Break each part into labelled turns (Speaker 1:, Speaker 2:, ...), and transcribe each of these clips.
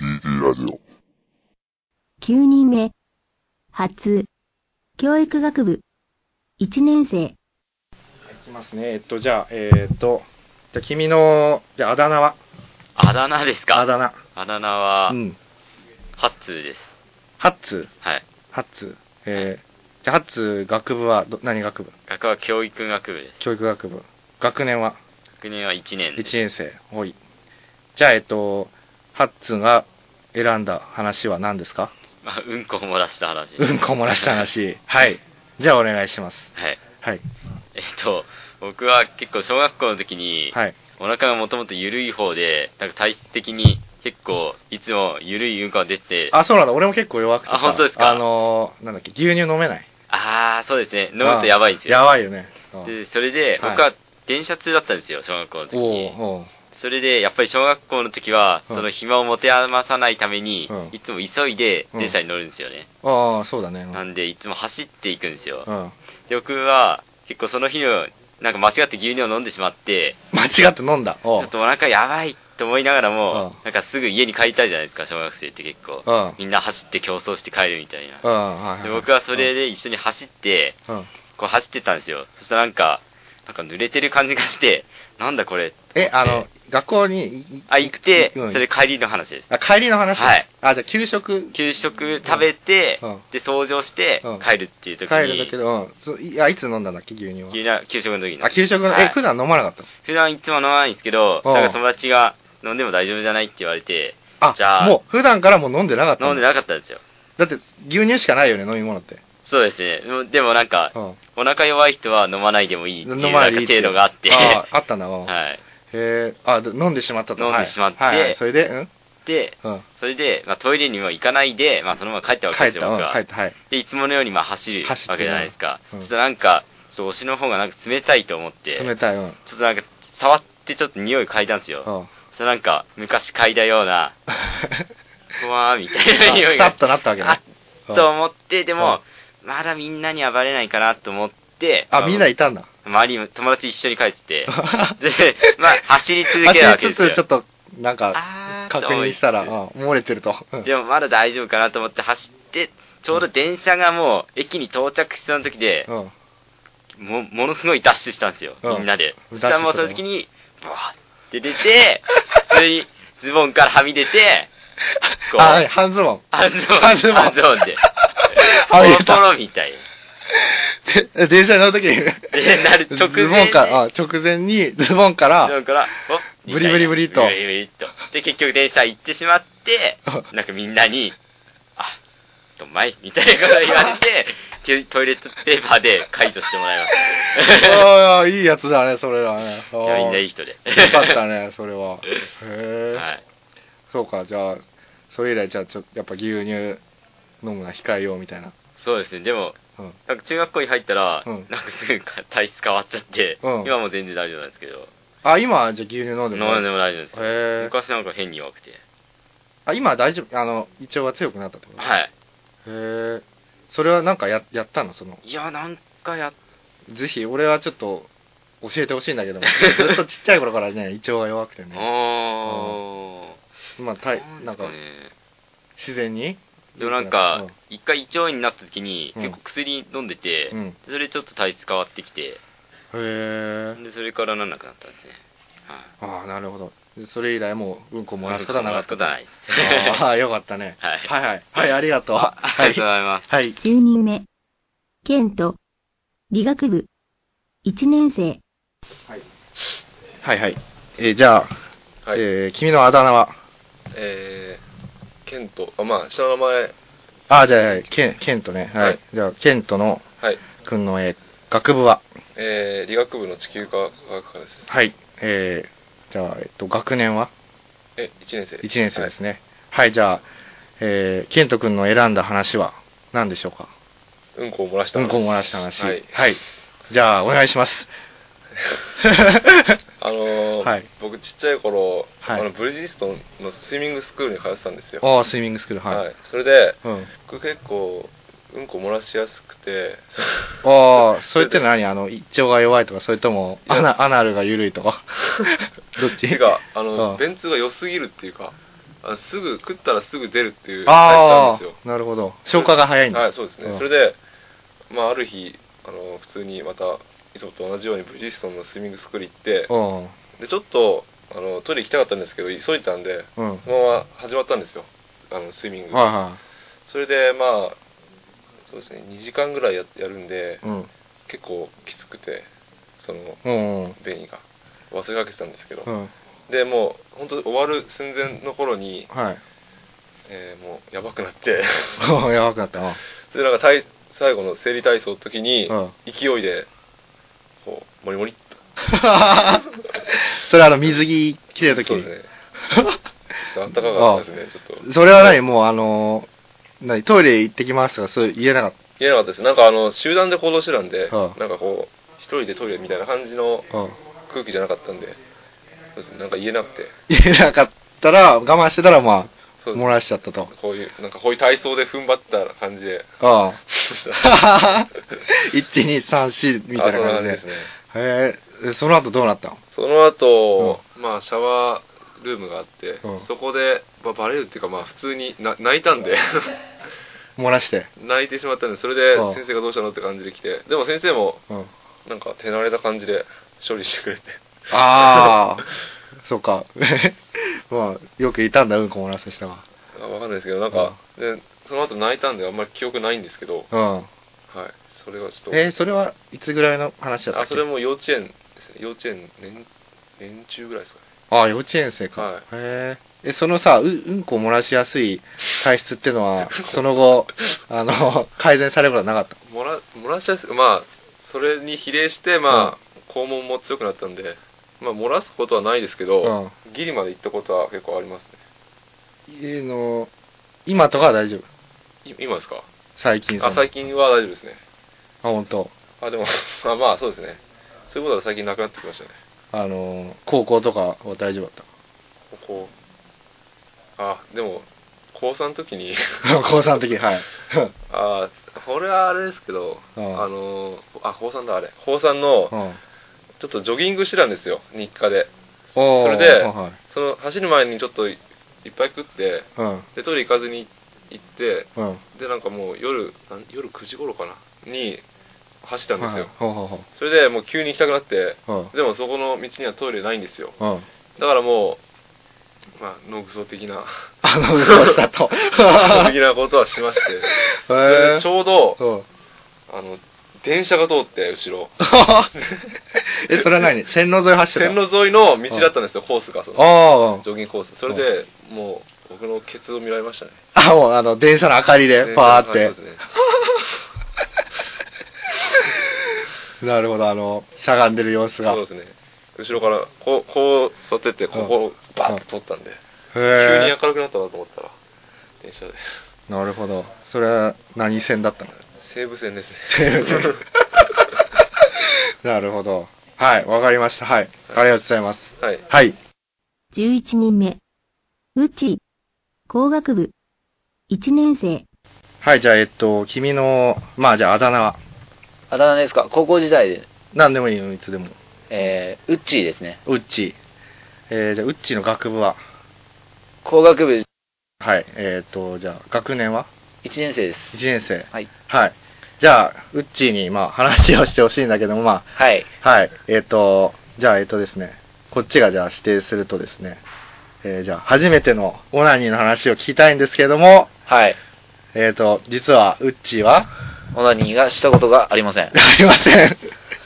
Speaker 1: ーラジオ。
Speaker 2: 9人目。初。教育学部。1年生。
Speaker 3: いきますね。えっと、じゃあ、えーっと、じゃあ君の、じゃあ、あだ名は
Speaker 4: あだ名ですか
Speaker 3: あだ名。
Speaker 4: あだ名は、
Speaker 3: うん。
Speaker 4: ハッツーです。
Speaker 3: ハッツ
Speaker 4: はい。
Speaker 3: ー。ハッツー。えー、じゃあ、ハッツー学部はど、何学部
Speaker 4: 学科は教育学部です。
Speaker 3: 教育学部。学年は
Speaker 4: 学年は1年
Speaker 3: ?1
Speaker 4: です。
Speaker 3: 年生。おい。じゃあ、えっと、ハッツーが選んだ話は何ですか
Speaker 4: まあ、うんこを漏らした話です。
Speaker 3: うんこ漏らした話。はい。じゃあ、お願いします。
Speaker 4: はい。
Speaker 3: はい。
Speaker 4: えっと、僕は結構小学校の時に、
Speaker 3: はい。
Speaker 4: お腹がもともと緩い方で、なんか体質的に結構、いつも緩いうんこが出て、
Speaker 3: あ、そうなんだ。俺も結構弱くてさ
Speaker 4: あ本当ですか
Speaker 3: あのー、なんだっけ、牛乳飲めない。
Speaker 4: あー、そうですね。飲むとやばいんですよ。
Speaker 3: やばいよね。うん
Speaker 4: で、それで、
Speaker 3: はい
Speaker 4: 僕は電車通だったんですよ、小学校の時
Speaker 3: お
Speaker 4: に
Speaker 3: う。おう
Speaker 4: それで、やっぱり小学校の時は、
Speaker 3: うん
Speaker 4: その暇を持て余さないために、
Speaker 3: うん
Speaker 4: いつも急いで
Speaker 3: うん
Speaker 4: 電車に乗るんですよね。
Speaker 3: ああ、そうだね。うん
Speaker 4: なんで、いつも走っていくんですよ。
Speaker 3: うん。
Speaker 4: で、僕は、結構その日の、なんか間違って牛乳を飲んでしまって、
Speaker 3: 間違って飲んだ。
Speaker 4: ち
Speaker 3: お
Speaker 4: ょ
Speaker 3: う
Speaker 4: っとお腹やばいと思いながらも
Speaker 3: う、
Speaker 4: なんかすぐ家に帰りたいじゃないですか、小学生って結構。
Speaker 3: うん。
Speaker 4: みんな走って競争して帰るみたいな
Speaker 3: う。ん、はい、はい。
Speaker 4: で僕はそれで一緒に走って、
Speaker 3: うん、うん。
Speaker 4: こう走ってたんですよ。そしたらなんか、なんか濡れてる感じがして、なんだこれ。
Speaker 3: え、あの、、学校にい、
Speaker 4: あ、行って、
Speaker 3: うん
Speaker 4: それ帰りの話です。
Speaker 3: あ、帰りの話
Speaker 4: はい。
Speaker 3: あ、じゃあ給食、
Speaker 4: 給食食べて、
Speaker 3: うん
Speaker 4: で、掃除をして
Speaker 3: うん、
Speaker 4: 帰るっていう時
Speaker 3: 帰
Speaker 4: に、
Speaker 3: るんだけど、うんそう。いあ、いつ飲んだんだっけ、牛乳は。
Speaker 4: 牛乳は給食の時の
Speaker 3: あ、。給食の、
Speaker 4: はい
Speaker 3: え、普段飲まなかったの
Speaker 4: 普段いつも飲まないんですけど、
Speaker 3: うん
Speaker 4: なんか友達が飲んでも大丈夫じゃないって言われて、
Speaker 3: あ、
Speaker 4: じゃあ
Speaker 3: もう、普段からもう飲んでなかったの
Speaker 4: 飲んでなかったんですよ。
Speaker 3: だって、牛乳しかないよね、飲み物って。
Speaker 4: そうですね。でもでもなんか
Speaker 3: う、ん。
Speaker 4: お腹弱い人は飲まないでもいいっていう
Speaker 3: 飲まないでいい
Speaker 4: なんか制度があって、
Speaker 3: ああったんだ、うん
Speaker 4: はい。
Speaker 3: へえ、あ、で飲んでしまったと。
Speaker 4: 飲んでしまって
Speaker 3: はいはいはい、それで、うん
Speaker 4: で、
Speaker 3: うん。
Speaker 4: それで、まあ、トイレにも行かないで、まあ、そのまま帰ったわ
Speaker 3: 帰
Speaker 4: け
Speaker 3: っ
Speaker 4: です
Speaker 3: た、う
Speaker 4: よ、僕
Speaker 3: ん、
Speaker 4: は。
Speaker 3: 帰った、はい。
Speaker 4: で、いつものようにまあ走るわ
Speaker 3: 走って
Speaker 4: けじゃないですか。
Speaker 3: う
Speaker 4: そ
Speaker 3: ん
Speaker 4: したらなんか、ちょっとお尻の方がなんか冷たいと思って、
Speaker 3: 冷たい、うん。
Speaker 4: ちょっとなんか、触ってちょっと匂い嗅いだんですよ。
Speaker 3: うん。
Speaker 4: そしたらなんか、昔嗅いだよ うな、ふわーみたいな匂い
Speaker 3: さ
Speaker 4: が
Speaker 3: っとなったわけね。う
Speaker 4: あ
Speaker 3: ん
Speaker 4: と思って、でも、まだみんなにはバレないかなと思って、
Speaker 3: あ、
Speaker 4: ま
Speaker 3: みんないたんだ。
Speaker 4: 周りにも友達一緒に帰っ てて、で、まあ、走り続けるわ
Speaker 3: 走
Speaker 4: けで
Speaker 3: り
Speaker 4: すよ
Speaker 3: つつ、ちょっと、なんか
Speaker 4: あ、ー
Speaker 3: 確認したら、う
Speaker 4: ど
Speaker 3: ん漏れてると。うん
Speaker 4: でもまだ大丈夫かなと思って走って、ちょうど電車がもう駅に到着した時で、
Speaker 3: うん。
Speaker 4: もものすごいダッシュしたんですよ、
Speaker 3: うん
Speaker 4: みんなで。
Speaker 3: ダッシュ
Speaker 4: そ
Speaker 3: し
Speaker 4: したた
Speaker 3: ね
Speaker 4: らもうその時に、ブワーって出て、 それにズボンからはみ出て、こう、
Speaker 3: あ、はい半ズボン。
Speaker 4: 半ズボン、
Speaker 3: 半ズボン
Speaker 4: 半ズボン で、
Speaker 3: はみ出
Speaker 4: ポ
Speaker 3: た
Speaker 4: ロポロみたいな。
Speaker 3: で 電車に乗るときに、
Speaker 4: で なる直
Speaker 3: ズ
Speaker 4: 前で
Speaker 3: ボンから、あ直前にズボンか
Speaker 4: だ
Speaker 3: ら、
Speaker 4: から、お
Speaker 3: ブリブリブリと
Speaker 4: ブリブリと。で、結局電車行ってしまって、なんかみんなに、あ、どんまい、みたいなこと言われ て、トイトイレットペーパーで解除してもらいま した。
Speaker 3: ああ、いいやつだね、それだね。あ
Speaker 4: いやみんな
Speaker 3: ー
Speaker 4: いい人で。
Speaker 3: よかったね、それは。へ
Speaker 4: は
Speaker 3: え。
Speaker 4: い。
Speaker 3: そうか、じゃあ、それ以来、じゃあ、ちょっと、やっぱ牛乳飲むのは控えようみたいな。
Speaker 4: そうですね、でも、
Speaker 3: うん
Speaker 4: なんか中学校に入ったら、
Speaker 3: うん
Speaker 4: なんかすぐ体質変わっちゃって、
Speaker 3: うん
Speaker 4: 今も全然大丈夫なんですけど、
Speaker 3: あ、今はじゃあ牛乳飲んで
Speaker 4: 飲
Speaker 3: も
Speaker 4: んでも大丈夫ですよ。
Speaker 3: へえ。
Speaker 4: 昔なんか変に弱くて。
Speaker 3: あ、今は大丈夫、あの、胃腸が強くなったってこと
Speaker 4: はい。
Speaker 3: へえ。それはなんかややったのその、
Speaker 4: いや、なんかやっ
Speaker 3: ぜひ、俺はちょっと、教えてほしいんだけど も、ずっとちっちゃい頃からね、胃腸が弱くてね。
Speaker 4: おー。
Speaker 3: まあ、たい
Speaker 4: そう、で
Speaker 3: なん
Speaker 4: す
Speaker 3: か
Speaker 4: か、ね。
Speaker 3: 自然に
Speaker 4: でもなんか、一回胃腸炎になった時に、
Speaker 3: うん
Speaker 4: 結構薬飲んでて、
Speaker 3: うん。うん
Speaker 4: それちょっと体質変わってきて、
Speaker 3: へえ。
Speaker 4: で、それからなんなくなったんですね。はい、
Speaker 3: ああ、なるほど。でそれ以来もう、うんこ漏らすことはなか
Speaker 4: 漏
Speaker 3: っ
Speaker 4: ら
Speaker 3: た。
Speaker 4: すことはないです。
Speaker 3: あ あ、よかったね。
Speaker 4: はい
Speaker 3: はいはい。はい、ありがとう。
Speaker 4: ああ
Speaker 3: は
Speaker 4: りが
Speaker 3: い
Speaker 4: とう。ございます。
Speaker 3: は
Speaker 2: 10
Speaker 3: い。
Speaker 2: 人目。ケント。理学部。1年生。
Speaker 3: はいはい。えーじゃあ、
Speaker 5: はい。え
Speaker 3: えー君のあだ名は
Speaker 5: ー、ケント、あ、まあ、下の名前、
Speaker 3: ああ、じゃあ、ケン、ケントね。はい。
Speaker 5: はい
Speaker 3: じゃあ、ケントの、
Speaker 5: はい。
Speaker 3: くんの、えー学部は
Speaker 5: えー、理学部の地球科学科です。
Speaker 3: はい。えー、じゃあ、えっと、学年は
Speaker 5: え、1年生。
Speaker 3: 1年生ですね。はい、じゃあ、えー、ケント君の選んだ話は何でしょうか
Speaker 5: はい。うんこを漏らした
Speaker 3: う
Speaker 5: 話。
Speaker 3: んこ漏らした話。
Speaker 5: はい。
Speaker 3: じゃあ、お願いします。
Speaker 5: あのー
Speaker 3: はい
Speaker 5: 僕ちっちゃい頃、
Speaker 3: はい
Speaker 5: あの、ブリヂストンのスイミングスクールに通ってたんですよ。
Speaker 3: ああ、スイミングスクール、はい。
Speaker 5: はい。それで、
Speaker 3: うん。
Speaker 5: 僕結構、うんこ漏らしやすくて、
Speaker 3: ああ、それって何あの、胃腸が弱いとか、それとも、
Speaker 5: いや
Speaker 3: アナアナルが緩いとか。どっち
Speaker 5: てか、あの、
Speaker 3: うん
Speaker 5: 便通が良すぎるっていうか、
Speaker 6: あのすぐ、食ったらすぐ出るっていう
Speaker 3: あ
Speaker 6: 体質なんで
Speaker 3: あ、なるほど。消化が早いん
Speaker 6: す
Speaker 3: だ。
Speaker 6: よ。はい、そうです
Speaker 3: うん
Speaker 6: ね。それで、まあ、ある日、あの、普通にまた、いつもと同じようにブリヂストンのスイミングスクール行って、
Speaker 3: うん。
Speaker 6: で、ちょっと、あの、トイレ行きたかったんですけど、急いでたんで、
Speaker 3: うん。はい
Speaker 6: そのまま始まったんですよ。あの、スイミング。
Speaker 3: は
Speaker 6: それで、まあ、そうですね、2時間ぐらいややるんで
Speaker 3: い。、うん。
Speaker 6: 結構きつくて、その、
Speaker 3: うん。うん
Speaker 6: 便意が。忘れかけてたんですけど。
Speaker 3: うん。
Speaker 6: で、もう、本当終わる寸前の頃に、
Speaker 3: はい。
Speaker 6: えーもう、やばく なっ て、
Speaker 3: やばくなった。うん
Speaker 6: それでなんか体、最後の生理体操の時に、
Speaker 3: うん。
Speaker 6: 勢いで、こう、もりもりっと。
Speaker 3: それあの、水着着てるとき
Speaker 6: そう
Speaker 3: に。
Speaker 6: ですね。ちょっと暖かかったですね、ちょっと。
Speaker 3: それは何もうあのー、何トイレ行ってきますとか、そう言えなかっ
Speaker 6: 言えなかったです。なんかあの、集団で行動してたんで、
Speaker 3: うん
Speaker 6: なんかこう、一人でトイレみたいな感じの
Speaker 3: た。うん。
Speaker 6: 空気じゃなかったんで、そうですねなんか言えなくて。
Speaker 3: 言えなかったら、我慢してたら、まあ、
Speaker 6: そうです
Speaker 3: 漏らしちゃったと。
Speaker 6: こういう、なんかこういう体操で踏ん張った感じで、
Speaker 3: ああ。
Speaker 6: そうした
Speaker 3: 1、2、3、4みたいな
Speaker 6: あそんな
Speaker 3: 感じ
Speaker 6: 感じ
Speaker 3: で。
Speaker 6: ですね。
Speaker 3: へえ、その後どうなったの
Speaker 6: その後、まあシャワールームがあって、
Speaker 3: うん
Speaker 6: そこで、まあ、バレるっていうかまあ普通にな泣いたんで
Speaker 3: 漏らして。
Speaker 6: 泣いてしまったんでそれで
Speaker 3: うん
Speaker 6: 先生がどうしたのって感じで来てでも先生も
Speaker 3: うん。
Speaker 6: なんか手慣れた感じで処理してくれて
Speaker 3: ああ。 そうか。 まあ、よくいたんだ、うんこ漏らす人は。
Speaker 6: あわかんないですけどなんか、でその後泣いたんであんまり記憶ないんですけど、
Speaker 3: うん。
Speaker 6: はい、それがちょっと、
Speaker 3: えーそれはいつぐらいの話だったっ
Speaker 6: あ
Speaker 3: け
Speaker 6: それも幼稚園ですね幼稚園年年中ぐらいですかね
Speaker 3: ああ、幼稚園生か。
Speaker 6: はい
Speaker 3: へえ。え、そのさ、う、うんこ漏らしやすい体質っていうの は、その後、あの、 改善されることはなかっ
Speaker 6: 漏ら漏らしやすいまあそれに比例してまあ、肛門も強くなったんでまあ漏らすことはないですけど、
Speaker 3: た。うん。
Speaker 6: ギリまで行ったことは結構あります
Speaker 3: えの、今とかは大丈夫。
Speaker 6: ね。い今ですか
Speaker 3: 最近
Speaker 6: あ、最
Speaker 3: 近。
Speaker 6: 近は大丈夫ですね。
Speaker 3: あ、本当。
Speaker 6: あ、でも、 あまあそうですね。そういうことは最近なくなってきましたね。
Speaker 3: あの、高校とかは大丈夫だっ
Speaker 6: ここ。あ、でも、高3の時に、
Speaker 3: た。 高3の時、はい。
Speaker 6: あ、これはあれですけど、
Speaker 3: うん
Speaker 6: あの、あ、高3だ、あれ。高3の
Speaker 3: う、ん。
Speaker 6: ちょっとジョギングしてたんですよ、日課で。
Speaker 3: おー
Speaker 6: それで
Speaker 3: はいはい。
Speaker 6: その、走る前にちょっといいっぱい食って、
Speaker 3: うん。
Speaker 6: で、トイレ行かずに行って、
Speaker 3: うん。
Speaker 6: で、なんかもう夜、なん夜9時頃かな、に走ったんですよ。
Speaker 3: はいほうほうほ
Speaker 6: それでもう急に行きたくなって、
Speaker 3: う。うん。
Speaker 6: でもそこの道にはトイレないんですよ。
Speaker 3: うん。
Speaker 6: だからもう、まあ、脳具装的な、
Speaker 3: あの、うんこしたと。
Speaker 6: 脳的なことはしまして、
Speaker 3: へ
Speaker 6: それ
Speaker 3: え
Speaker 6: でち。ょうど、
Speaker 3: うん。
Speaker 6: あの、電車が通って、後ろ。
Speaker 3: え、それは 何線路沿い走ってた
Speaker 6: 線路沿いの道だったんですよ、コースが、その、
Speaker 3: ああ。
Speaker 6: ジョギングコース。それで、もう、僕のケツを見られましたね。
Speaker 3: あ、もうあの、電車の明かりで、パーっ
Speaker 6: はい
Speaker 3: て
Speaker 6: そ。うですね。
Speaker 3: なるほど、あの、しゃがんでる様子が。へ
Speaker 6: そうですね。後ろから、こう、こう座ってって、ここをバーって撮ったんで、急に
Speaker 3: え。
Speaker 6: 明るくなったなと思ったら、電車で。
Speaker 3: なるほど。それは何線だったの
Speaker 6: 西武線ですね。
Speaker 3: 西武線 なるほど。はい、わかりました。はい。ありがとうございます。
Speaker 6: はい。
Speaker 3: はい。
Speaker 2: 11人目。うち。工学部。1年生。
Speaker 3: はい、じゃあ、えっと、君の、まあ、じゃあ、あだ名は
Speaker 1: あだ名ですか高校時代で、
Speaker 3: 何でもいいの、いつでも。
Speaker 1: えー、ウッチーですね。
Speaker 3: ウッチー。えー、じゃあ、ウッチーの学部は
Speaker 1: 工学部
Speaker 3: はい。えーっと、じゃあ、学年は
Speaker 1: 1年生です。
Speaker 3: ?1 年生。
Speaker 1: はい。
Speaker 3: はい。じゃあ、ウッチーに、まあ、話をしてほしいんだけども、まあ、
Speaker 1: はい。
Speaker 3: はい。えっ、と、じゃあ、えっ、とですね、こっちがじゃあ指定するとですね、えーじゃあ、初めてのオナニーの話を聞きたいんですけども、
Speaker 1: はい。
Speaker 3: えっ、と、実は、ウッチーは
Speaker 1: オナニーがしたことがありません。
Speaker 3: ありません。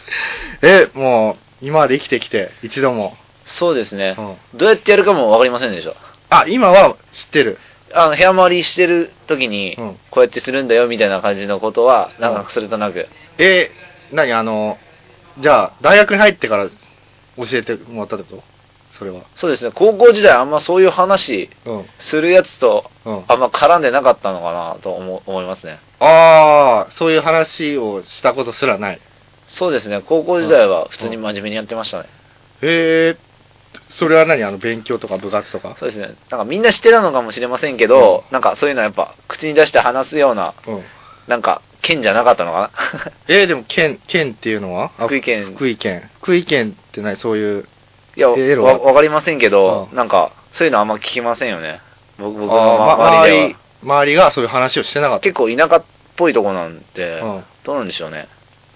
Speaker 3: え、もう、今まで生きてきて、一度も。
Speaker 1: そうですね。
Speaker 3: う
Speaker 1: どうやってやるかもわかりませんでしょ。
Speaker 3: あ、今は知ってる。
Speaker 1: あの、部屋回りしてる時に
Speaker 3: うん、
Speaker 1: こうやってするんだよみたいな感じのことは、なんかするとなく。
Speaker 3: え、何あの、じゃあ、大学に入ってから教えてもらったってことそれは。
Speaker 1: そうですね。高校時代あんまそういう話
Speaker 3: うん。
Speaker 1: するやつと、
Speaker 3: うん。
Speaker 1: あんま絡んでなかったのかなと思思いますね。
Speaker 3: ああ、そういう話をしたことすらない。
Speaker 1: そうですね。高校時代は普通に真面目にやってましたね。
Speaker 3: へえ、それは何あの、勉強とか部活とか
Speaker 1: そうですね。なんかみんな知ってたのかもしれませんけど、なんかそういうのはやっぱ口に出して話すような、
Speaker 3: うん。
Speaker 1: なんか県じゃなかったのか
Speaker 3: えーでも、県、県っていうのはあ
Speaker 1: な福井県。
Speaker 3: 福井県。福井県って何そういう、
Speaker 1: いや、
Speaker 3: えエロ
Speaker 1: わわかりませんけど、
Speaker 3: うん
Speaker 1: なんかそういうのあんま聞きませんよね。僕僕の
Speaker 3: あーま
Speaker 1: 周りで
Speaker 3: 周り
Speaker 1: は。、
Speaker 3: 周りがそういう話をしてなかった。
Speaker 1: 結構田舎っぽいとこなんて、
Speaker 3: うん
Speaker 1: どうなんでしょうね。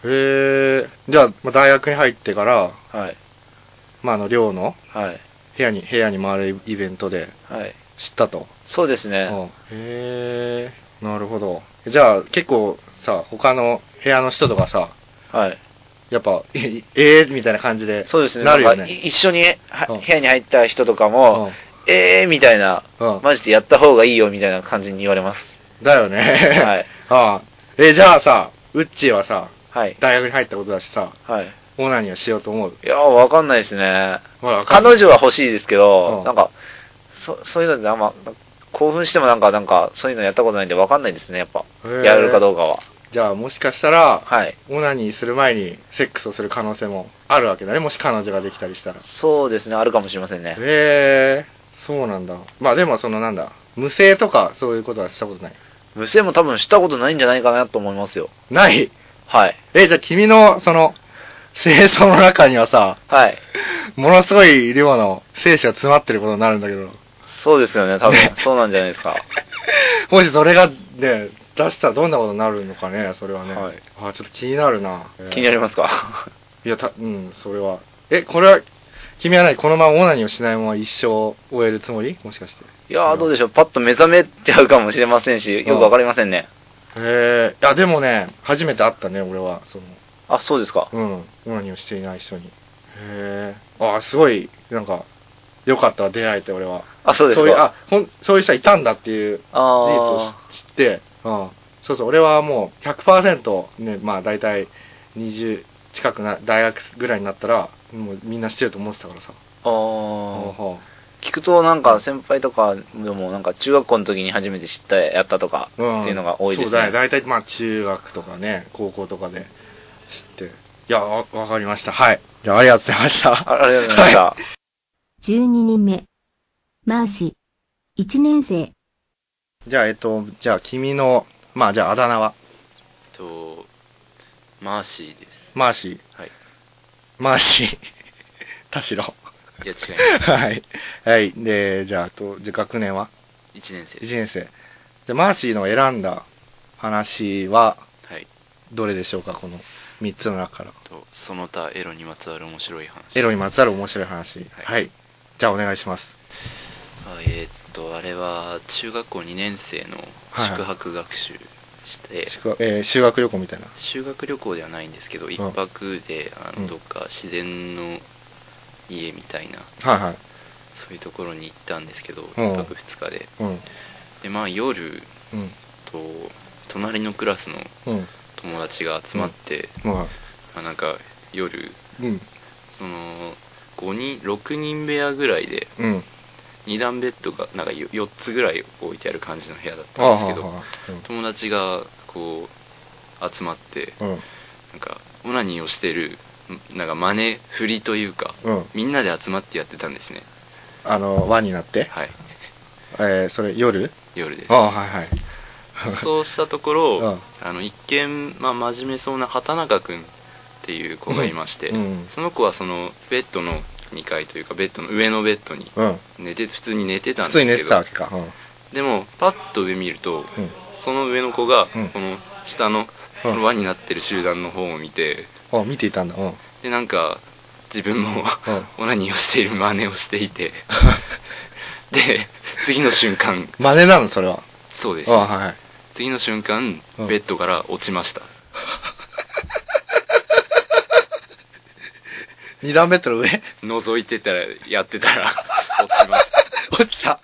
Speaker 3: へえ。じゃあ、まあ大学に入ってから、
Speaker 1: はい。
Speaker 3: まあ、あの、寮の
Speaker 1: はい。
Speaker 3: 部屋に、部屋に回るイベントで
Speaker 1: はい。
Speaker 3: 知ったと。
Speaker 1: そうです
Speaker 3: う
Speaker 1: ね。
Speaker 3: んへえ。なるほど。じゃあ、結構さ、他の部屋の人とかさ、
Speaker 1: はい。
Speaker 3: やっぱ、 えええみたいな感じで。
Speaker 1: そうですね。
Speaker 3: なるよ
Speaker 1: んか
Speaker 3: ね。
Speaker 1: い一緒には
Speaker 3: うん
Speaker 1: 部屋に入った人とかも、えーみたいな、
Speaker 3: うん。うん。
Speaker 1: マジでやった方がいいよみたいな感じに言われます。
Speaker 3: だよね。
Speaker 1: はい。
Speaker 3: ああ。え、じゃあさ、ウッチーはさ、
Speaker 1: はい。
Speaker 3: 大学に入ったことだしさ、
Speaker 1: はい。
Speaker 3: オナニーをしようと思う。
Speaker 1: いやー、わかんないですね。
Speaker 3: ほら、わかんな
Speaker 1: 彼
Speaker 3: い
Speaker 1: 女は欲しいですけど、
Speaker 3: うん
Speaker 1: なんか、そそういうのであんま、興奮してもなんか、なんか、そういうのやったことないんでわかんないですね、やっぱ。
Speaker 3: へー
Speaker 1: やれるかどうかは。
Speaker 3: じゃあ、もしかしたら、
Speaker 1: はい。
Speaker 3: オナニーする前にセックスをする可能性もあるわけだね。もし彼女ができたりしたら。
Speaker 1: そうですね、あるかもしれませんね。
Speaker 3: へえ、そうなんだ。まあでもそのなんだ、無性とかそういうことはしたことない。
Speaker 1: 無性も多分したことないんじゃないかなと思いますよ。
Speaker 3: ない
Speaker 1: はい。
Speaker 3: え、じゃあ君のその、清掃の中にはさ、
Speaker 1: はい。
Speaker 3: ものすごい量の精子が詰まってることになるんだけど、
Speaker 1: そうですよね、多
Speaker 3: ね
Speaker 1: 分。そうなんじゃないですか。
Speaker 3: もしそれがね、出したらどんなことになるのかね、それはね。
Speaker 1: はい
Speaker 3: あ、ちょっと気になるな。
Speaker 1: 気にな
Speaker 3: る。
Speaker 1: りますか
Speaker 3: いや、た、うん、それは。え、これは、君は何このままオナニーをしないまま一生終えるつもりもしかして。
Speaker 1: いやー、どうでしょう。パッと目覚めちゃうかもしれませんし、よくわかりませんね。
Speaker 3: へえ、いや、でもね、初めて会ったね、俺は。その、
Speaker 1: あ、そうですか。
Speaker 3: うん、オナニーをしていない人に。へえ、ああ、すごい、なんか、よかったわ、出会えて、俺は。
Speaker 1: あ、そうですか。
Speaker 3: いう、あ、ほん、そういう人はいたんだっていう事実を
Speaker 1: あ
Speaker 3: 知知って、うん。そうそう、俺はもう100%、ね、まあ、大体20近くな、大学ぐらいになったら、もうみんなしてると思ってたからさ。
Speaker 1: ーあ
Speaker 3: ほう
Speaker 1: ー。
Speaker 3: ほ
Speaker 1: 聞くとなんか先輩とかでもなんか中学校の時に初めて知ったやったとかって
Speaker 3: ううん。
Speaker 1: いうのが多いです
Speaker 3: そうだね。
Speaker 1: ね。
Speaker 3: 大体、まあ、中学とかね、高校とかで知って。いや、わわかりました。はい。じゃあ、ありがとうございました。
Speaker 1: あありがとうございました。
Speaker 2: 12人目。マーシ。1年生。
Speaker 3: じゃあ、えっと、じゃあ、君の、まあ、じゃあ、あだ名は、
Speaker 7: と、マーシーです。
Speaker 3: マーシー。
Speaker 7: はい。
Speaker 3: マーシー。 田代。
Speaker 7: いや、違いま
Speaker 3: はい。はい。で、じゃあ、あと、じゃあ学年は
Speaker 7: す。1年生
Speaker 3: ?1
Speaker 7: です。
Speaker 3: 年生。で、マーシーの選んだ話は、
Speaker 7: はい。
Speaker 3: どれでしょうかこの3つの中から。
Speaker 7: と、その他エロにまつわる面白い話。
Speaker 3: エロにまつわる面白い話。
Speaker 7: はい
Speaker 3: はい。じゃあ、お願いします。
Speaker 7: あえーっと、あれは、中学校2年生の宿泊学習して、
Speaker 3: 宿えー修学旅行みたいな。
Speaker 7: 修学旅行ではないんですけど、一泊で、あ
Speaker 3: うん
Speaker 7: の、どっか自然の家みたいな、
Speaker 3: はいはい。
Speaker 7: そういうところに行ったんですけど、一
Speaker 3: うん
Speaker 7: 泊二日で。
Speaker 3: うん。
Speaker 7: で、まあ夜
Speaker 3: うん。
Speaker 7: と、隣のクラスの
Speaker 3: うん。
Speaker 7: 友達が集まって、
Speaker 3: まあ、
Speaker 7: まあなんか夜、
Speaker 3: うん。
Speaker 7: その、5人、6人部屋ぐらいで、
Speaker 3: うん。
Speaker 7: 2段ベッドがなんか4つぐらい置いてある感じの部屋だっ
Speaker 3: ああ
Speaker 7: たんです
Speaker 3: は
Speaker 7: け
Speaker 3: あ
Speaker 7: ど、
Speaker 3: はあ
Speaker 7: 友達がこう集まって
Speaker 3: うん。
Speaker 7: なんかオナニーをしてるんなんか真似振りというか
Speaker 3: うん。うん。
Speaker 7: みんなで集まってやってた んですね
Speaker 3: あの、輪になって。
Speaker 7: はい
Speaker 3: えー、それ、夜
Speaker 7: 夜です
Speaker 3: ああ、はいはい。
Speaker 7: そうしたところ、
Speaker 3: うん
Speaker 7: あの一見、まあ、真面目そうな畑中君っていう子がいまして、
Speaker 3: うん
Speaker 7: その子はそのベッドの2階というかベッドの上のベッドに
Speaker 3: うん。
Speaker 7: 寝て普通に寝てたん
Speaker 3: 普
Speaker 7: で
Speaker 3: 通
Speaker 7: すけ
Speaker 3: に
Speaker 7: ど
Speaker 3: 寝てたわけか。うん。
Speaker 7: でもパッと上見ると、
Speaker 3: うん
Speaker 7: その上の子が、
Speaker 3: うん
Speaker 7: この下の
Speaker 3: うん
Speaker 7: その輪になってる集団の方を見て
Speaker 3: あ、見ていたんだ。うん。
Speaker 7: でなんか自分も
Speaker 3: うん
Speaker 7: オナニーをしている真似をしてい てで次の瞬間
Speaker 3: 真似なの、それは。
Speaker 7: そうです
Speaker 3: あはい。
Speaker 7: 次の瞬間
Speaker 3: うん
Speaker 7: ベッドから落ちました
Speaker 3: 二段ベッドの上
Speaker 7: 覗いてたらやってたら 落ちました
Speaker 3: 落ちた。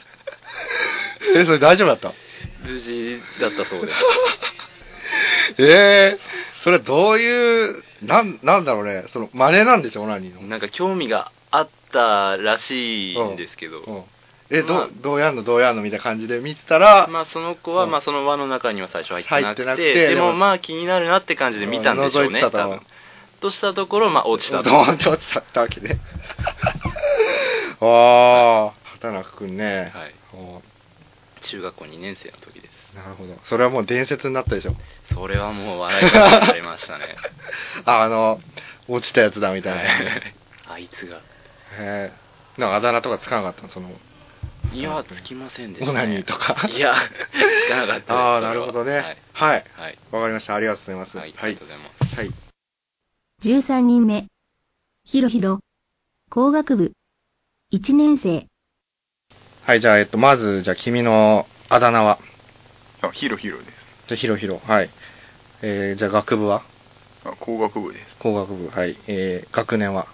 Speaker 3: え、それ大丈夫だった
Speaker 7: 無事だったそ うです
Speaker 3: ええそれどういう、なん、なんだろうね。その、真似なんでしょ、オナニーの。
Speaker 7: なんか興味があったらしいんですけど、
Speaker 3: うん。え、ど
Speaker 7: ま
Speaker 3: う
Speaker 7: あ、
Speaker 3: どうやんの、どうやんのみたいな感じで見てたら、
Speaker 7: まあその子
Speaker 3: う
Speaker 7: は
Speaker 3: ん
Speaker 7: まあその輪の中には最初入って
Speaker 3: 入っ
Speaker 7: なくて
Speaker 3: てなくて
Speaker 7: で
Speaker 3: でも
Speaker 7: もまあ気になるなって感じで見たんでしょうね
Speaker 3: うん覗いてた
Speaker 7: 多
Speaker 3: と思う
Speaker 7: 分としたところまあ落ちたと
Speaker 3: ドーンって 落ちたったわけね。ああ、畑中くんね。
Speaker 7: はい
Speaker 3: お
Speaker 7: 中学校2年生の時です
Speaker 3: なるほど。それはもう伝説になったでしょ。
Speaker 7: それはもう笑い話になりましたね
Speaker 3: あ、あの、落ちたやつだみたいな。
Speaker 7: はいあいつが
Speaker 3: へえ。なんかあだ名とかつかなかったのその、
Speaker 4: いや、つきませんでした、
Speaker 3: オナニーとか。
Speaker 4: いや、つかなかったです
Speaker 3: ああ、なるほど
Speaker 4: は
Speaker 3: ね
Speaker 4: い。
Speaker 3: はい。
Speaker 4: はい。
Speaker 3: わかりました。ありがとうございます。
Speaker 4: はい。あ
Speaker 3: は
Speaker 4: り
Speaker 3: い
Speaker 4: がとう。ございます。
Speaker 3: はい
Speaker 2: 13人目。ひろひろ。工学部。1年生。
Speaker 3: はい、じゃあ、えっと、まず、じゃあ、君のあだ名は
Speaker 8: あ、ヒロヒロです。
Speaker 3: じゃあ、ヒロヒロ。はい。えー、じゃあ、学部は
Speaker 8: あ、工学部です。
Speaker 3: 工学部。はい。えー、学年は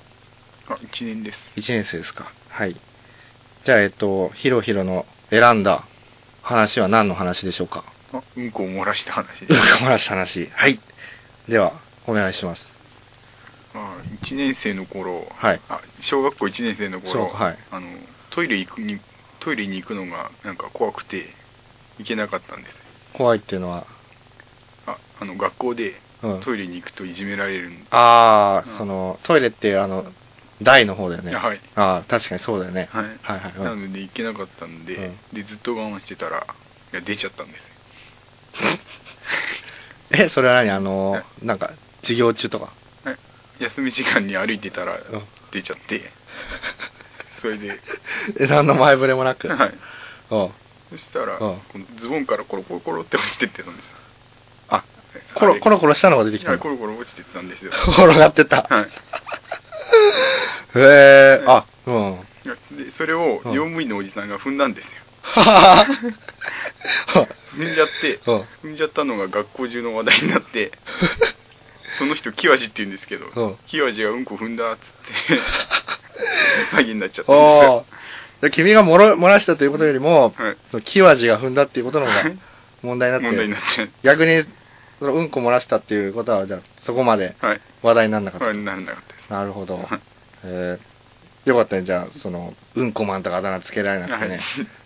Speaker 8: あ、1年です。
Speaker 3: 1年生ですか。はい。じゃあ、えっと、ヒロヒロの選んだ話は何の話でしょうか
Speaker 8: あ、うんこを漏らした 話です。
Speaker 3: かまらした話。はい。では、お願いします。
Speaker 8: あ、1年生の頃、
Speaker 3: はい。
Speaker 8: あ、小学校1年生の
Speaker 3: そう
Speaker 8: 頃、
Speaker 3: はい。
Speaker 8: あの、トイレ行くに、トイレに行くのがなんか怖くて、行けなかったんです。
Speaker 3: 怖いっていうのは、
Speaker 8: あ、あの、学校で
Speaker 3: うん。
Speaker 8: トイレに行くといじめられるん
Speaker 3: ああ、
Speaker 8: うん
Speaker 3: その、トイレっていう、あの、台の方だよね。
Speaker 8: あはい。
Speaker 3: ああ、確かにそうだよね。
Speaker 8: はい。
Speaker 3: はいはい。う
Speaker 8: なんので行けなかったんで、
Speaker 3: うん
Speaker 8: で、ずっと我慢してたら、いや、出ちゃったんです。
Speaker 3: え、それは何あの
Speaker 8: は、
Speaker 3: なんか、授業中とか。
Speaker 8: 休み時間に歩いてたら
Speaker 3: うん
Speaker 8: 出ちゃって、 それで、
Speaker 3: え、何の前触れもなく。
Speaker 8: はい。
Speaker 3: うん。
Speaker 8: そしたら、
Speaker 3: うん
Speaker 8: このズボンからコロコロコロって落ちてってたんです。
Speaker 3: あ、コロ、コロコロしたのが出てきた
Speaker 8: はい
Speaker 3: の。
Speaker 8: コロコロ落ちてったん ですよ。
Speaker 3: 転がってた。
Speaker 8: はい。
Speaker 3: へえ、あ、うん。
Speaker 8: で、それを
Speaker 3: うん
Speaker 8: 用務員のおじさんが踏んだんですよ。
Speaker 3: はははは
Speaker 8: 踏んじゃって、
Speaker 3: うん
Speaker 8: 踏んじゃったのが学校中の話題にな って、その人、キワジって言うんですけど、
Speaker 3: うん
Speaker 8: キワジがうんこ踏んだっつ って、詐欺になっちゃったんです
Speaker 3: お
Speaker 8: よ
Speaker 3: ー。で君がもろ漏らしたということよりも、
Speaker 8: はい
Speaker 3: そのキワジが踏んだっていうことの方
Speaker 8: は
Speaker 3: が
Speaker 8: い
Speaker 3: 問題になって、
Speaker 8: 問題になっちゃう。
Speaker 3: 逆に、そのうんこ漏らしたっていうことは、じゃあ、そこまで
Speaker 8: はい。
Speaker 3: 話題にならなかった。
Speaker 8: はい、ならなかったで
Speaker 3: なるほど
Speaker 8: はい。
Speaker 3: えー、よかったね、じゃあ、その、うんこマンとかあだ名つけられなくてね。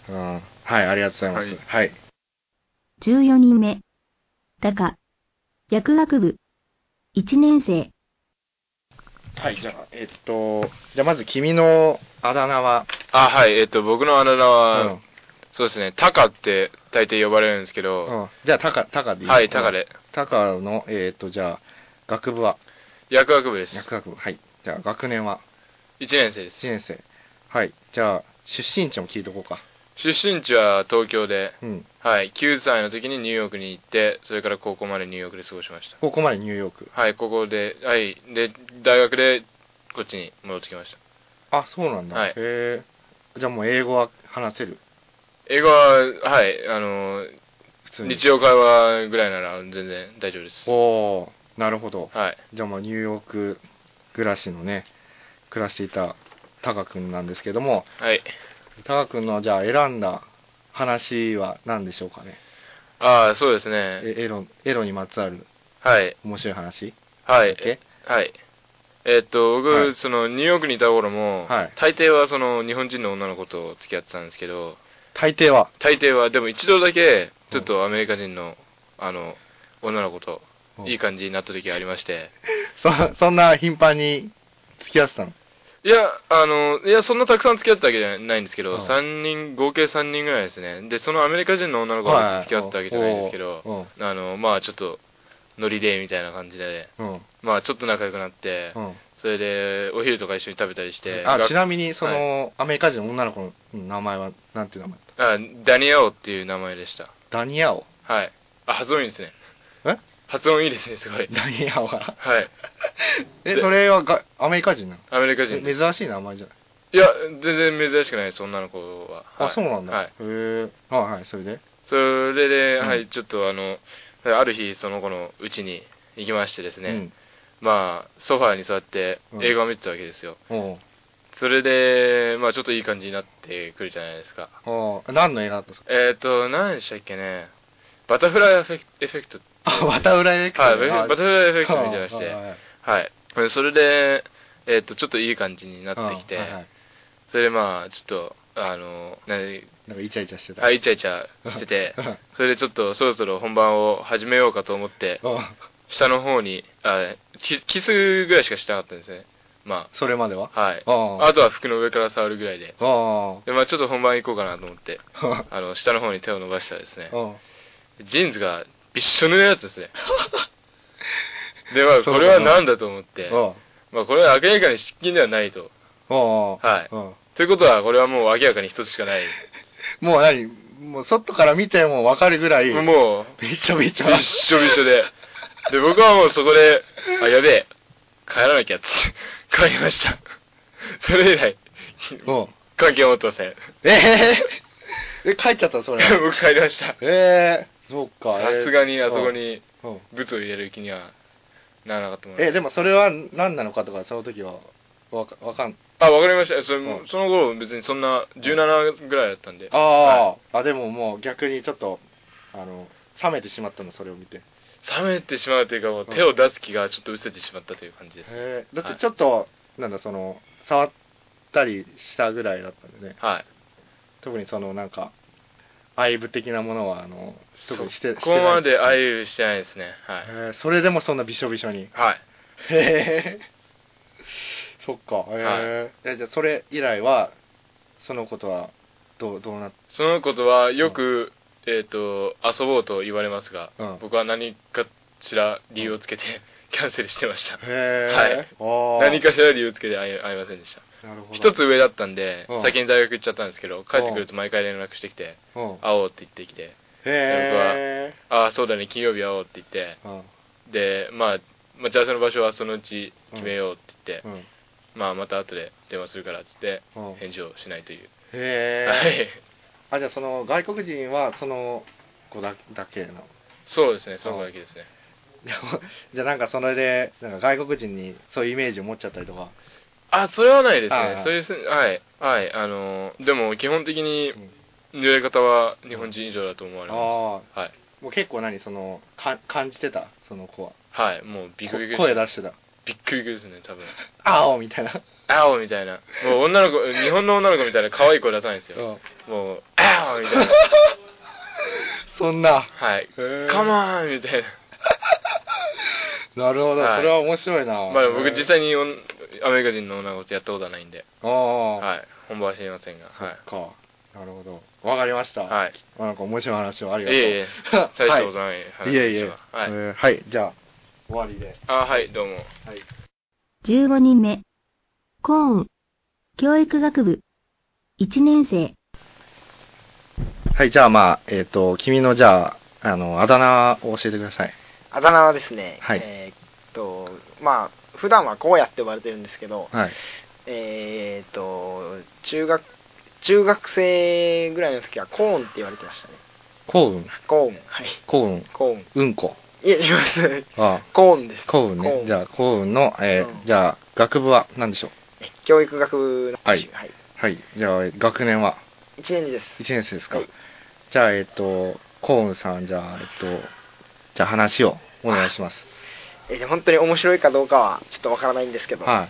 Speaker 3: うん。はい、ありがとうございます。はい。
Speaker 2: 14人目。たか。薬学部。1年生。
Speaker 3: はい、じゃあ、えっと、じゃあまず君のあだ名は、
Speaker 5: あ、はい。えっと、僕のあだ名
Speaker 3: う
Speaker 5: は、
Speaker 3: ん。
Speaker 5: そうですね、タカって大抵呼ばれるんですけど、
Speaker 3: うんじゃあ、タカ、タカでいい
Speaker 5: はい、タカ。で。
Speaker 3: タカの、えっと、じゃあ、学部は、
Speaker 5: 薬学部です。
Speaker 3: 薬学部、はい。じゃあ、学年は、
Speaker 5: 1年生です。
Speaker 3: 1年生。はい。じゃあ、出身地も聞いとこうか。
Speaker 5: 出身地は東京で、
Speaker 3: うん。
Speaker 5: はい、9歳の時にニューヨークに行って、それから高校までニューヨークで過ごしました。
Speaker 3: ここまでニューヨーク。
Speaker 5: はい、ここで、はい、で、大学でこっちに戻ってきました。
Speaker 3: あ、そうなんだ。
Speaker 5: はい
Speaker 3: へえ。じゃあもう英語は話せる
Speaker 5: 英語は、はい、あの、
Speaker 3: 普通に。
Speaker 5: 日常会話ぐらいなら全然大丈夫です。
Speaker 3: おー、なるほど。
Speaker 5: はい、
Speaker 3: じゃあもうニューヨーク暮らしのね、暮らしていたタカ君なんですけども、
Speaker 5: はい。
Speaker 3: タカ君のじゃあ選んだ話は何でしょうかね。
Speaker 5: ああ、そうですね。
Speaker 3: えエロ、エロにまつわる
Speaker 5: はい、
Speaker 3: 面白い話
Speaker 5: は
Speaker 3: だっ
Speaker 5: い、
Speaker 3: け
Speaker 5: はい。えっと、僕、
Speaker 3: はい
Speaker 5: その、ニューヨークにいた頃も、
Speaker 3: はい
Speaker 5: 大抵はその、日本人の女の子と付き合ってたんですけど、
Speaker 3: 大抵は。
Speaker 5: 大抵は、でも一度だけ、ちょっとアメリカ人の、あの、女の子と、いい感じになった時がありまして、
Speaker 3: そ、そんな頻繁に付き合ってたの
Speaker 5: いや、あの、いや、そんなたくさん付き合ったわけじゃないんですけ
Speaker 3: う
Speaker 5: ど、
Speaker 3: ん
Speaker 5: 三人、合計3人ぐらいですね。で、そのアメリカ人の女の子
Speaker 3: は
Speaker 5: と
Speaker 3: い
Speaker 5: 付き合ったわけじゃないんですけど、
Speaker 3: おー
Speaker 5: あの、まあちょっと、ノリで、みたいな感じで、
Speaker 3: うん。うん。
Speaker 5: まあちょっと仲良くなって、
Speaker 3: うん。
Speaker 5: それで、お昼とか一緒に食べたりして、
Speaker 3: あ、
Speaker 5: 学
Speaker 3: ちなみに、その、アメリカ人の女の子の名前は、なんていう名前だった
Speaker 5: あダニアオっていう名前でした。
Speaker 3: ダニアオ。
Speaker 5: はい。あ、発音いいですね。
Speaker 3: え
Speaker 5: 発音いいですね、すごい。
Speaker 3: ダニアオが。
Speaker 5: はい。
Speaker 3: え、
Speaker 5: で
Speaker 3: それはがアメリカ人なの
Speaker 5: アメリカ人
Speaker 3: え
Speaker 5: です。
Speaker 3: 珍しい名前じゃない
Speaker 5: いや、全然珍しくないです、女の子は。はい
Speaker 3: あ、そうなんだ。
Speaker 5: はい
Speaker 3: へ。え。はいはい、それで。
Speaker 5: それで、
Speaker 3: うん
Speaker 5: はい、ちょっとあの、ある日、その子の家に行きましてですね、
Speaker 3: うん。
Speaker 5: まあ、ソファーに座って
Speaker 3: うん
Speaker 5: 映画を見てたわけですよ。
Speaker 3: おう
Speaker 5: それで、まあ、ちょっといい感じになってくるじゃないですか。
Speaker 3: おう何の映画だったんですか
Speaker 5: えっ、ー、と、何でしたっけね、バタフライエフェクエフェクト、
Speaker 3: あ、また裏へ
Speaker 5: はい、バタフライエフェ
Speaker 3: エ
Speaker 5: クトみたいなして、
Speaker 3: はいはい
Speaker 5: はい。それで、えっ、と、ちょっといい感じになってきて、
Speaker 3: はいはい
Speaker 5: それでまあ、ちょっと、あの、何、
Speaker 3: なんかイチャイチャしてた。
Speaker 5: あイチャイチャして て
Speaker 3: うん、
Speaker 5: それでちょっとそろそろ本番を始めようかと思って、
Speaker 3: うん
Speaker 5: 下の方に、あキキスぐらいしかしてなかったんですね。ま
Speaker 3: それまでは
Speaker 5: あ、はい。
Speaker 3: あ
Speaker 5: あとは服の上から触るぐらいで。
Speaker 3: ああ
Speaker 5: で、まあちょっと本番行こうかなと思って、
Speaker 3: あ。
Speaker 5: あの、下の方に手を伸ばしたらですね、
Speaker 3: うん
Speaker 5: ジーンズがびっしょ濡れだったんで すね。で、まあ
Speaker 3: そう
Speaker 5: こ
Speaker 3: かな
Speaker 5: れは何だと思っ
Speaker 3: う
Speaker 5: て、
Speaker 3: ん
Speaker 5: まあこれは明らかに失禁ではないと。
Speaker 3: うん
Speaker 5: はい
Speaker 3: うん
Speaker 5: ということは、これはもう明らかに一つしかない
Speaker 3: もう何もう外から見てもわかるぐらい、び
Speaker 5: もう、
Speaker 3: ちょびちょ。
Speaker 5: 一緒びしょで。で、僕はもうそこで、あ、やべえ、帰らなきゃっつって、帰りました。それ以来、
Speaker 3: もう。
Speaker 5: 関係を持ってません。
Speaker 3: えー、え、帰っちゃったそれ。
Speaker 5: 僕帰りました。
Speaker 3: えー、そうか。
Speaker 5: さすがにあそこに
Speaker 3: うん。うん
Speaker 5: 物を入れる気にはならなかったもん
Speaker 3: え、で
Speaker 5: も。
Speaker 3: もそれは何なのかとか、その時は、わかわかん、
Speaker 5: あ、わかりました。それ
Speaker 3: うん
Speaker 5: もその頃別にそんな17ぐらいだったんで。
Speaker 3: ああ、
Speaker 5: は
Speaker 3: あ、でももう逆にちょっと、あの、冷めてしまったの、それを見て。
Speaker 5: 冷めてしまうというか、もう手を出す気がちょっと失せてしまったという感じです。
Speaker 3: えー、だってちょっと、なんだ、その、触ったりしたぐらいだったんでね。
Speaker 5: はい。
Speaker 3: 特にその、なんか、愛部的なものは、あの、特にして、
Speaker 5: そこま
Speaker 3: して
Speaker 5: であゆしてないですね。は。
Speaker 3: ないい。えー、それでもそんなびしょびしょに。
Speaker 5: はい。
Speaker 3: へえ。そっか。へえ。えじゃあ、それ以来は、そのことは、どう、どうなっ
Speaker 5: そのことはよく、えっ、と、遊ぼうと言われますが、
Speaker 3: うん
Speaker 5: 僕は何かしら理由をつけて、 キャンセルしてました。
Speaker 3: へえ。はい
Speaker 5: 何。かしら理由をつけて会え会えませんでした。
Speaker 3: なるほど。
Speaker 5: 一。つ上だったんで、
Speaker 3: うん
Speaker 5: 先に大学行っちゃったんですけど、帰ってくると毎回連絡してきて、
Speaker 3: うん。
Speaker 5: 会おうって言ってきて、
Speaker 3: へえ。
Speaker 5: ああ、そうだね、金曜日会おうって言って、
Speaker 3: うん。
Speaker 5: で、まあ、待ち合わせの場所はそのうち決めようって言って、
Speaker 3: うん。
Speaker 5: まあ、また後で電話するからって言って、
Speaker 3: うんへ
Speaker 5: 返事をしないという。は
Speaker 3: え。
Speaker 5: い。
Speaker 3: あ、じゃあ、その、外国人は、その、子だだけの。
Speaker 5: そうですね、そこだけですね。
Speaker 3: でもじゃあ、なんか、それで、なんか、外国人に、そういうイメージを持っちゃったりとか。
Speaker 5: あ、それはないです
Speaker 3: あ
Speaker 5: ね
Speaker 3: あ。
Speaker 5: そうですね。はい。はい。あのー、でも基本的に
Speaker 3: うん
Speaker 5: 濡れ方は日本人以上だと思われま
Speaker 3: ああ。
Speaker 5: す。はい。
Speaker 3: もう結構何、その、か感じてた、その子は。
Speaker 5: はい。もうビクビク
Speaker 3: こ声出してた。
Speaker 5: ビックビクですね、多分。
Speaker 3: あおみたいな。
Speaker 5: あおみたいな。もう女の子、日本の女の子みたいな可愛い声出さないんですよ。
Speaker 3: うん
Speaker 5: もう、あおみたいな。
Speaker 3: そんな。
Speaker 5: はい。
Speaker 3: へえ
Speaker 5: カモンみたいな。
Speaker 3: なるほど、
Speaker 5: はい
Speaker 3: それは面白いな。
Speaker 5: まあ僕実際におんアメリカ人の女の子とやったことはないんで、
Speaker 3: ああ、
Speaker 5: はい。本場は知りませんが、はい。
Speaker 3: か。なるほど。わかりました。
Speaker 5: はい。
Speaker 3: なんか面白い話をあり
Speaker 5: い
Speaker 3: がとう。、
Speaker 5: えいえ大したことない話
Speaker 3: いえいえ。
Speaker 5: でしたはい
Speaker 3: え。ーはい、じゃあ、終わりで。
Speaker 5: あ、はい、どうも。
Speaker 2: 15人目。コーン。教育学部。1年生。
Speaker 3: はい、じゃあまあ、えっ、と、君のじゃあ、あの、あだ名を教えてください。
Speaker 9: あだ名はですね、
Speaker 3: はい
Speaker 9: えーっと、まあ、普段はこうやって呼ばれてるんですけど、
Speaker 3: はい。
Speaker 9: えーっと、中学、中学生ぐらいの時はコーンって言われてましたね。
Speaker 3: 幸運、
Speaker 9: コーン。はい。
Speaker 3: 幸運、
Speaker 9: コーン。
Speaker 3: うんこ。
Speaker 9: いや、違います。
Speaker 3: あ
Speaker 9: コーンです。
Speaker 3: あ、幸運ね。じゃあ、幸運の、えー
Speaker 9: うん
Speaker 3: じゃあ、学部は何でしょう
Speaker 9: え教育学部の
Speaker 3: はい
Speaker 9: はい。
Speaker 3: はい、じゃあ、学年は
Speaker 9: 1年次です。
Speaker 3: 1年生ですか、
Speaker 9: はい
Speaker 3: じゃあえっ、とコーンさんじゃあえっ、とじゃあ話をお願いします
Speaker 9: えー本当に面白いかどうかはちょっとわからないんですけど、
Speaker 3: はい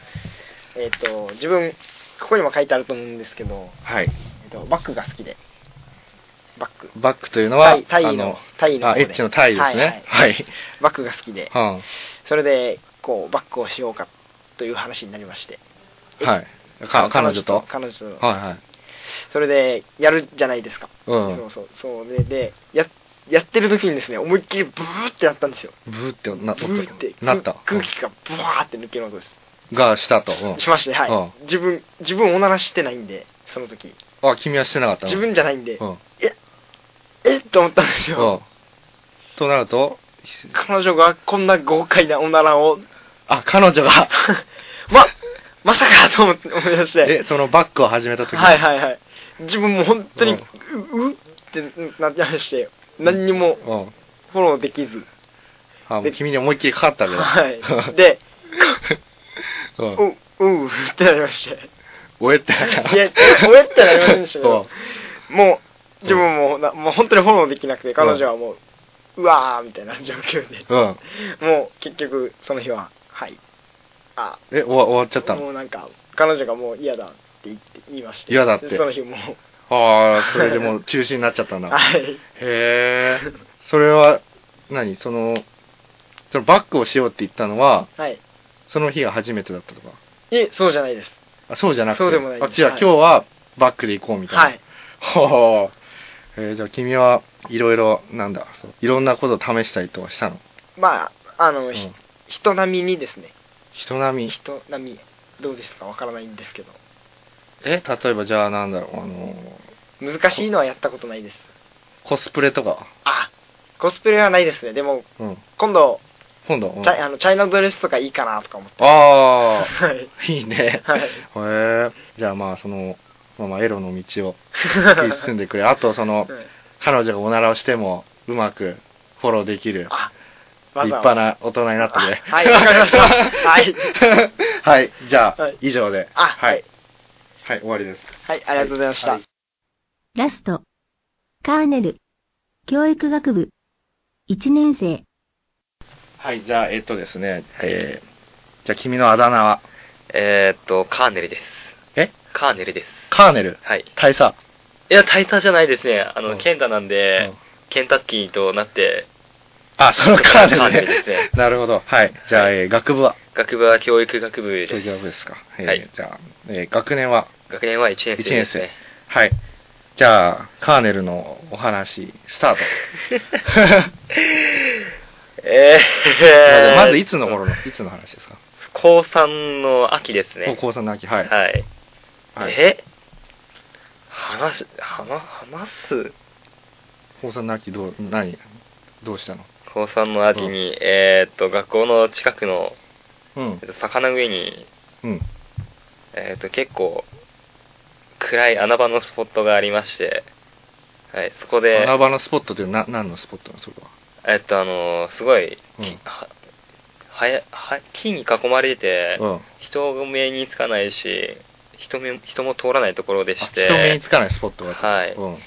Speaker 9: えーっと、自分、ここにも書いてあると思うんですけど、
Speaker 3: はい
Speaker 9: えーっと、バックが好きで。バック。
Speaker 3: バックというの
Speaker 9: タ
Speaker 3: は
Speaker 9: イタイの、タイの
Speaker 3: あ
Speaker 9: 方
Speaker 3: の
Speaker 9: で
Speaker 3: エッチのタイですね
Speaker 9: はい
Speaker 3: はい、
Speaker 9: バックが好きで、
Speaker 3: は
Speaker 9: それで、こう、バックをしようかという話になりまして。
Speaker 3: いはいか彼女と
Speaker 9: 彼女と。
Speaker 3: はいはい
Speaker 9: それで、やるじゃないですか。
Speaker 3: うん
Speaker 9: そうそう。そうで、でや、やってる時にですね、思いっきりブーってやったんですよ。
Speaker 3: ブーってな
Speaker 9: ブーって。
Speaker 3: なった
Speaker 9: 空空気がブワーって抜ける音です。
Speaker 3: うんがしたと、うん
Speaker 9: しまして、は
Speaker 3: う
Speaker 9: い。自分、自分おならしてないんで、その時。
Speaker 3: あ君はしてなかったの
Speaker 9: 自分じゃないんで
Speaker 3: う、んうん
Speaker 9: えっと思ったんですよ。
Speaker 3: となると
Speaker 9: 彼女がこんな豪快なおならを、
Speaker 3: あ彼女が
Speaker 9: ま、 まさかと思って思いまして。
Speaker 3: えそのバックを始めた時に
Speaker 9: はいはいはい。自分も本当に、
Speaker 3: う
Speaker 9: うんうってなってまして、何にも
Speaker 3: うん
Speaker 9: フォローできず。
Speaker 3: あもう君に思いっきりかかったわけだ
Speaker 9: はい。で、
Speaker 3: うん
Speaker 9: う、ううってなりまして。
Speaker 3: おえってなった
Speaker 9: いや、おえってなりませんでしたけ
Speaker 3: うん
Speaker 9: ど、もう、自分もな、もう本当にフォローできなくて、彼女はもう、うわーみたいな状況で、
Speaker 3: うん。
Speaker 9: もう結局、その日は、はい。あ、
Speaker 3: え、終わ終わっちゃった
Speaker 9: も
Speaker 3: の
Speaker 9: うなんか、彼女がもう嫌だって言って、言いまして。
Speaker 3: 嫌だって
Speaker 9: でその日もう、
Speaker 3: ああ、それでもう中止になっちゃったんだ。
Speaker 9: はい。
Speaker 3: へえ。それは、何その、そのバックをしようって言ったのは、
Speaker 9: はい。
Speaker 3: その日が初めてだったとか。
Speaker 9: いえ、そうじゃないです。
Speaker 3: あ、そうじゃなくて。
Speaker 9: そうでもないです
Speaker 3: あ、じゃあ
Speaker 9: はい
Speaker 3: 今日はバックで行こうみたいな。
Speaker 9: はい。。
Speaker 3: はあ。 えーじゃあ君はいろいろ、なんだ、そういろんなことを試したりとかしたの。
Speaker 9: まあ、あの、
Speaker 3: ん
Speaker 9: ひ人並みにですね。
Speaker 3: 人並み。
Speaker 9: 人並み、どうですかわからないんですけど。
Speaker 3: え、例えばじゃあなんだろう、あの、
Speaker 9: 難しいのはやったことないです。
Speaker 3: コスプレとかは
Speaker 9: あ、コスプレはないですね。でも、
Speaker 3: うん。
Speaker 9: 今度、
Speaker 3: 今度。うん
Speaker 9: チャイあのチャイナドレスとかいいかなとか思って。
Speaker 3: あ
Speaker 9: はい。
Speaker 3: あ、いいね。
Speaker 9: はい
Speaker 3: へえ。じゃあまあ、その、まあまあ、エロ の道を突き進んでくれ。あと、その、
Speaker 9: うん
Speaker 3: 彼女がおならをしても、うまくフォローできる。
Speaker 9: あ、
Speaker 3: 立
Speaker 9: わざわ
Speaker 3: 派な大人になってね。
Speaker 9: あはいわかりましたはい。
Speaker 3: はい、じゃあ、
Speaker 9: はい
Speaker 3: 以上で。
Speaker 9: あ
Speaker 3: はい。はい、終わりです。
Speaker 9: はい、ありがとうございました。
Speaker 3: はい
Speaker 2: ラスト。カーネル。教育学部。1年生。
Speaker 3: はい、じゃあ、えっとですね、えー、じゃあ君のあだ名は、
Speaker 10: えー、っと、カーネルです。
Speaker 3: え
Speaker 10: カーネルです。
Speaker 3: カーネル、
Speaker 10: はい。
Speaker 3: 大佐。
Speaker 10: いや、大佐じゃないですね。あ
Speaker 3: う
Speaker 10: の、
Speaker 3: ん
Speaker 10: ケンタなん
Speaker 3: う
Speaker 10: で
Speaker 3: ん、
Speaker 10: ケンタッキーとなって、
Speaker 3: あ、そのカーネルね。
Speaker 10: カーネルですね
Speaker 3: なるほど。はい。じゃあ、えー、学部は、
Speaker 10: 学部は教育学部
Speaker 3: 教
Speaker 10: です。
Speaker 3: 授学部ですか。えー
Speaker 10: はい
Speaker 3: じゃあ、えー、学年は、
Speaker 10: 学年は1年生
Speaker 3: 1年
Speaker 10: です
Speaker 3: 生。
Speaker 10: ね。
Speaker 3: はい。じゃあ、カーネルのお話、スタート。
Speaker 10: えー、
Speaker 3: まず、いつの頃の、いつの話ですか
Speaker 10: 高3の秋ですね。
Speaker 3: 高校3の秋、はい。
Speaker 10: はい。
Speaker 3: はい
Speaker 10: え話、話、話す
Speaker 3: 高3の秋、どう、何どうしたの
Speaker 10: 高3の秋に、えー、っと、学校の近くの、
Speaker 3: うん
Speaker 10: え。っと、坂の上に、
Speaker 3: うん。
Speaker 10: えー、っと、結構、暗い穴場のスポットがありまして、はい、そこで、
Speaker 3: 穴場のスポットってな何のスポットなのそれは。
Speaker 10: えっと、あのーすごい、
Speaker 3: うん
Speaker 10: きははやは木に囲まれて、
Speaker 3: うん。
Speaker 10: 人目につかないし、人目人も通らないところで
Speaker 3: あ
Speaker 10: し
Speaker 3: 人目に
Speaker 10: て、
Speaker 3: つかないスポットがあって
Speaker 10: は
Speaker 3: うん。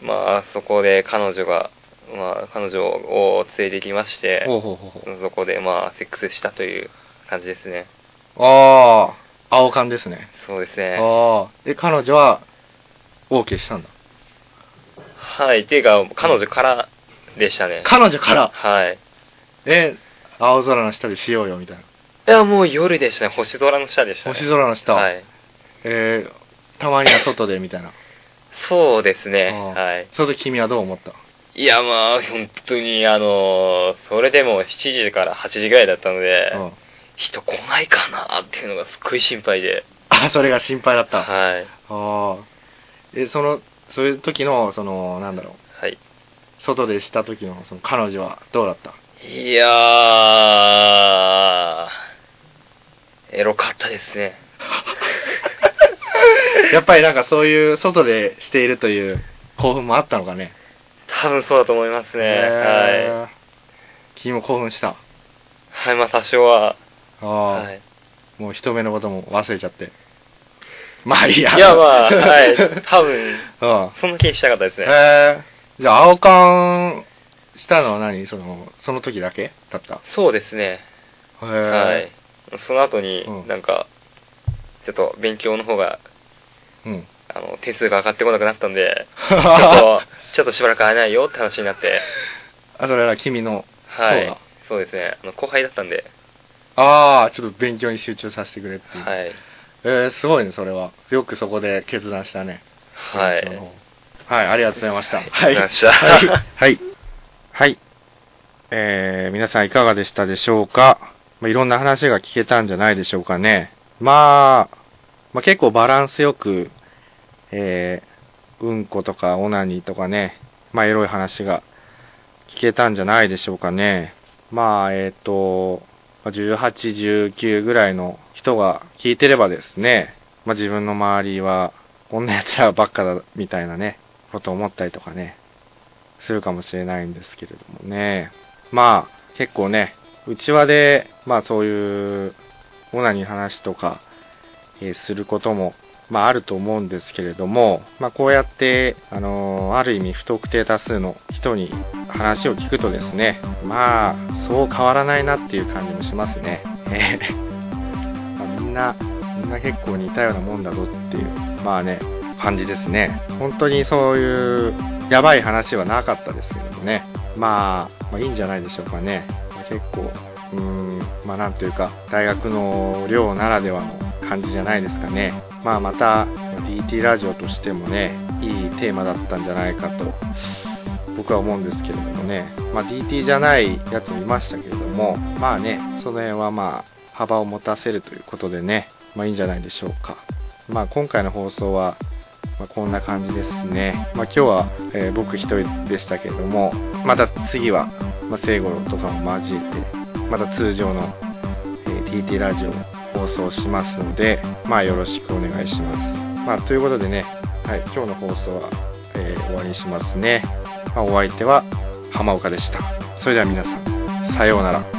Speaker 10: まあ、そこで彼女が、まあ、彼女を連れてきまして、
Speaker 3: ほうほうほうほう。
Speaker 10: そこで、まあ、セックスしたという感じですね。
Speaker 3: ああ、青缶ですね。
Speaker 10: そうですね。
Speaker 3: ああ。え、彼女は、OK したんだ。
Speaker 10: はい。っていうか、彼女からでしたね。
Speaker 3: 彼女から、
Speaker 10: はい。
Speaker 3: え、青空の下でしようよ、みたいな。
Speaker 10: いや、もう夜でしたね。星空の下でしたね。
Speaker 3: 星空の下、
Speaker 10: はい。
Speaker 3: えーたまには外で、みたいな。
Speaker 10: そうですね。
Speaker 3: あー
Speaker 10: はい。
Speaker 3: その時君はどう思った
Speaker 10: いや、まあ、本当に、あのーそれでも7時から8時ぐらいだったので、
Speaker 3: うん。
Speaker 10: 人来ないかなっていうのがすっごい心配で。
Speaker 3: あ、それが心配だった。あ
Speaker 10: はい。
Speaker 3: あ。え、その、そういう時の、その、なんだろう。
Speaker 10: はい。
Speaker 3: 外でした時の、その、彼女はどうだった
Speaker 10: いやー、エロかったですね。
Speaker 3: やっぱりなんかそういう外でしているという興奮もあったのかね。
Speaker 10: 多分そうだと思いますね。はい。
Speaker 3: い。君も興奮した。
Speaker 10: はい、まあ多少は。
Speaker 3: ああ、
Speaker 10: はい、
Speaker 3: もう人目のことも忘れちゃって。まあいいや。
Speaker 10: いや、まあ、 はい。多分、
Speaker 3: うん。
Speaker 10: そんな気にしたかったですね。
Speaker 3: えー、じゃあ青缶したのは何その、その時だけだった。へ
Speaker 10: そうですね。
Speaker 3: え、
Speaker 10: はい。その後に
Speaker 3: う、ん
Speaker 10: なんか、ちょっと勉強の方が、
Speaker 3: うん。
Speaker 10: あの、点数が上がってこなくなった んで、ちょっと、ちょっとしばらく会えないよって話になって、
Speaker 3: あ、それは君の、
Speaker 10: は
Speaker 3: そう
Speaker 10: い
Speaker 3: だ。
Speaker 10: そうですね。あの後輩だったんで、
Speaker 3: ああ、ちょっと勉強に集中させてくれっていう。
Speaker 10: はい。
Speaker 3: えー、すごいね、それは。よくそこで決断したね。
Speaker 10: はい。
Speaker 3: はい、ありがとうございました。
Speaker 10: ありがとうございました
Speaker 3: はい。 はい。はい。えー、皆さんいかがでしたでしょうか、まあ、いろんな話が聞けたんじゃないでしょうかね。まあ、まあ、結構バランスよく、えー、うんことかオナニーとかね、まあ、エロい話が聞けたんじゃないでしょうかね。まあ、えっ、と、まあ18、19ぐらいの人が聞いてればですね、まあ、自分の周りは、こんな奴らばっかだ、みたいなね、こと思ったりとかね、するかもしれないんですけれどもね。まあ、結構ね、内輪で、まあそういう、オナニーの話とか、えーすることも、まああると思うんですけれども、まあこうやって、あのーある意味不特定多数の人に話を聞くとですね、まあ、そう変わらないなっていう感じもしますね。 えーまあみんな、みんな結構似たようなもんだぞっていう、まあね、感じですね。本当にそういうやばい話はなかったですけどね。まあ、まあいいんじゃないでしょうかね。結構、うーん、まあなんというか、大学の寮ならではの感じじゃないですかね。まあまた、DT ラジオとしてもね、いいテーマだったんじゃないかと、僕は思うんですけれどもね。まあ DT じゃないやつもいましたけれども、まあね、その辺はまあ、幅を持たせるということでね、まあいいんじゃないでしょうか。まあ今回の放送はまあ、こんな感じですね。まあ、今日は、えー僕一人でしたけども、また次は、まあ、聖五郎とかも交えて、また通常の、えー TT ラジオを放送しますので、まあ、よろしくお願いします。まあ、ということでね、はい、今日の放送は、えー終わりにしますね。まあ、お相手は浜岡でした。それでは皆さん、さようなら。